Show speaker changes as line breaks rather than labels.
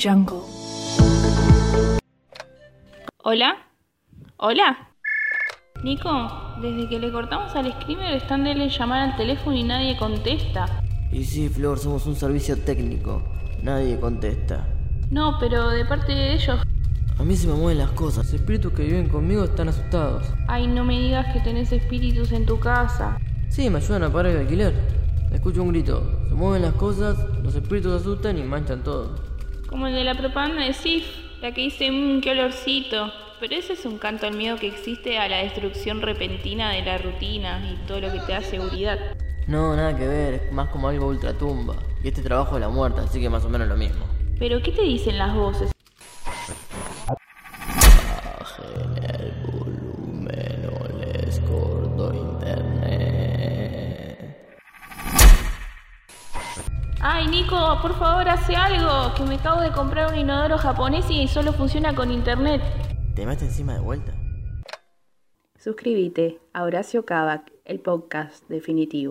Jungle.
¿Hola? ¿Hola? Nico, desde que le cortamos al screamer están dele llamar al teléfono y nadie contesta.
Y sí, Flor, somos un servicio técnico. Nadie contesta.
No, pero de parte de ellos.
A mí se me mueven las cosas.
Los espíritus que viven conmigo están asustados.
Ay, no me digas que tenés espíritus en tu casa.
Sí, me ayudan a pagar el alquiler. Escucho un grito. Se mueven las cosas, los espíritus se asustan y manchan todo.
Como el de la propaganda de Sif, la que dice, mmm, qué olorcito. Pero ese es un canto al miedo que existe a la destrucción repentina de la rutina y todo lo que te da seguridad.
No, nada que ver, es más como algo ultratumba. Y este trabajo es la muerte, así que más o menos lo mismo.
Pero ¿qué te dicen las voces?
Bajen el volumen o les corto internet.
Ay, Nico, por favor, hace algo, que me acabo de comprar un inodoro japonés y solo funciona con internet.
¿Te metes encima de vuelta?
Suscríbete a Horacio Cavac, el podcast definitivo.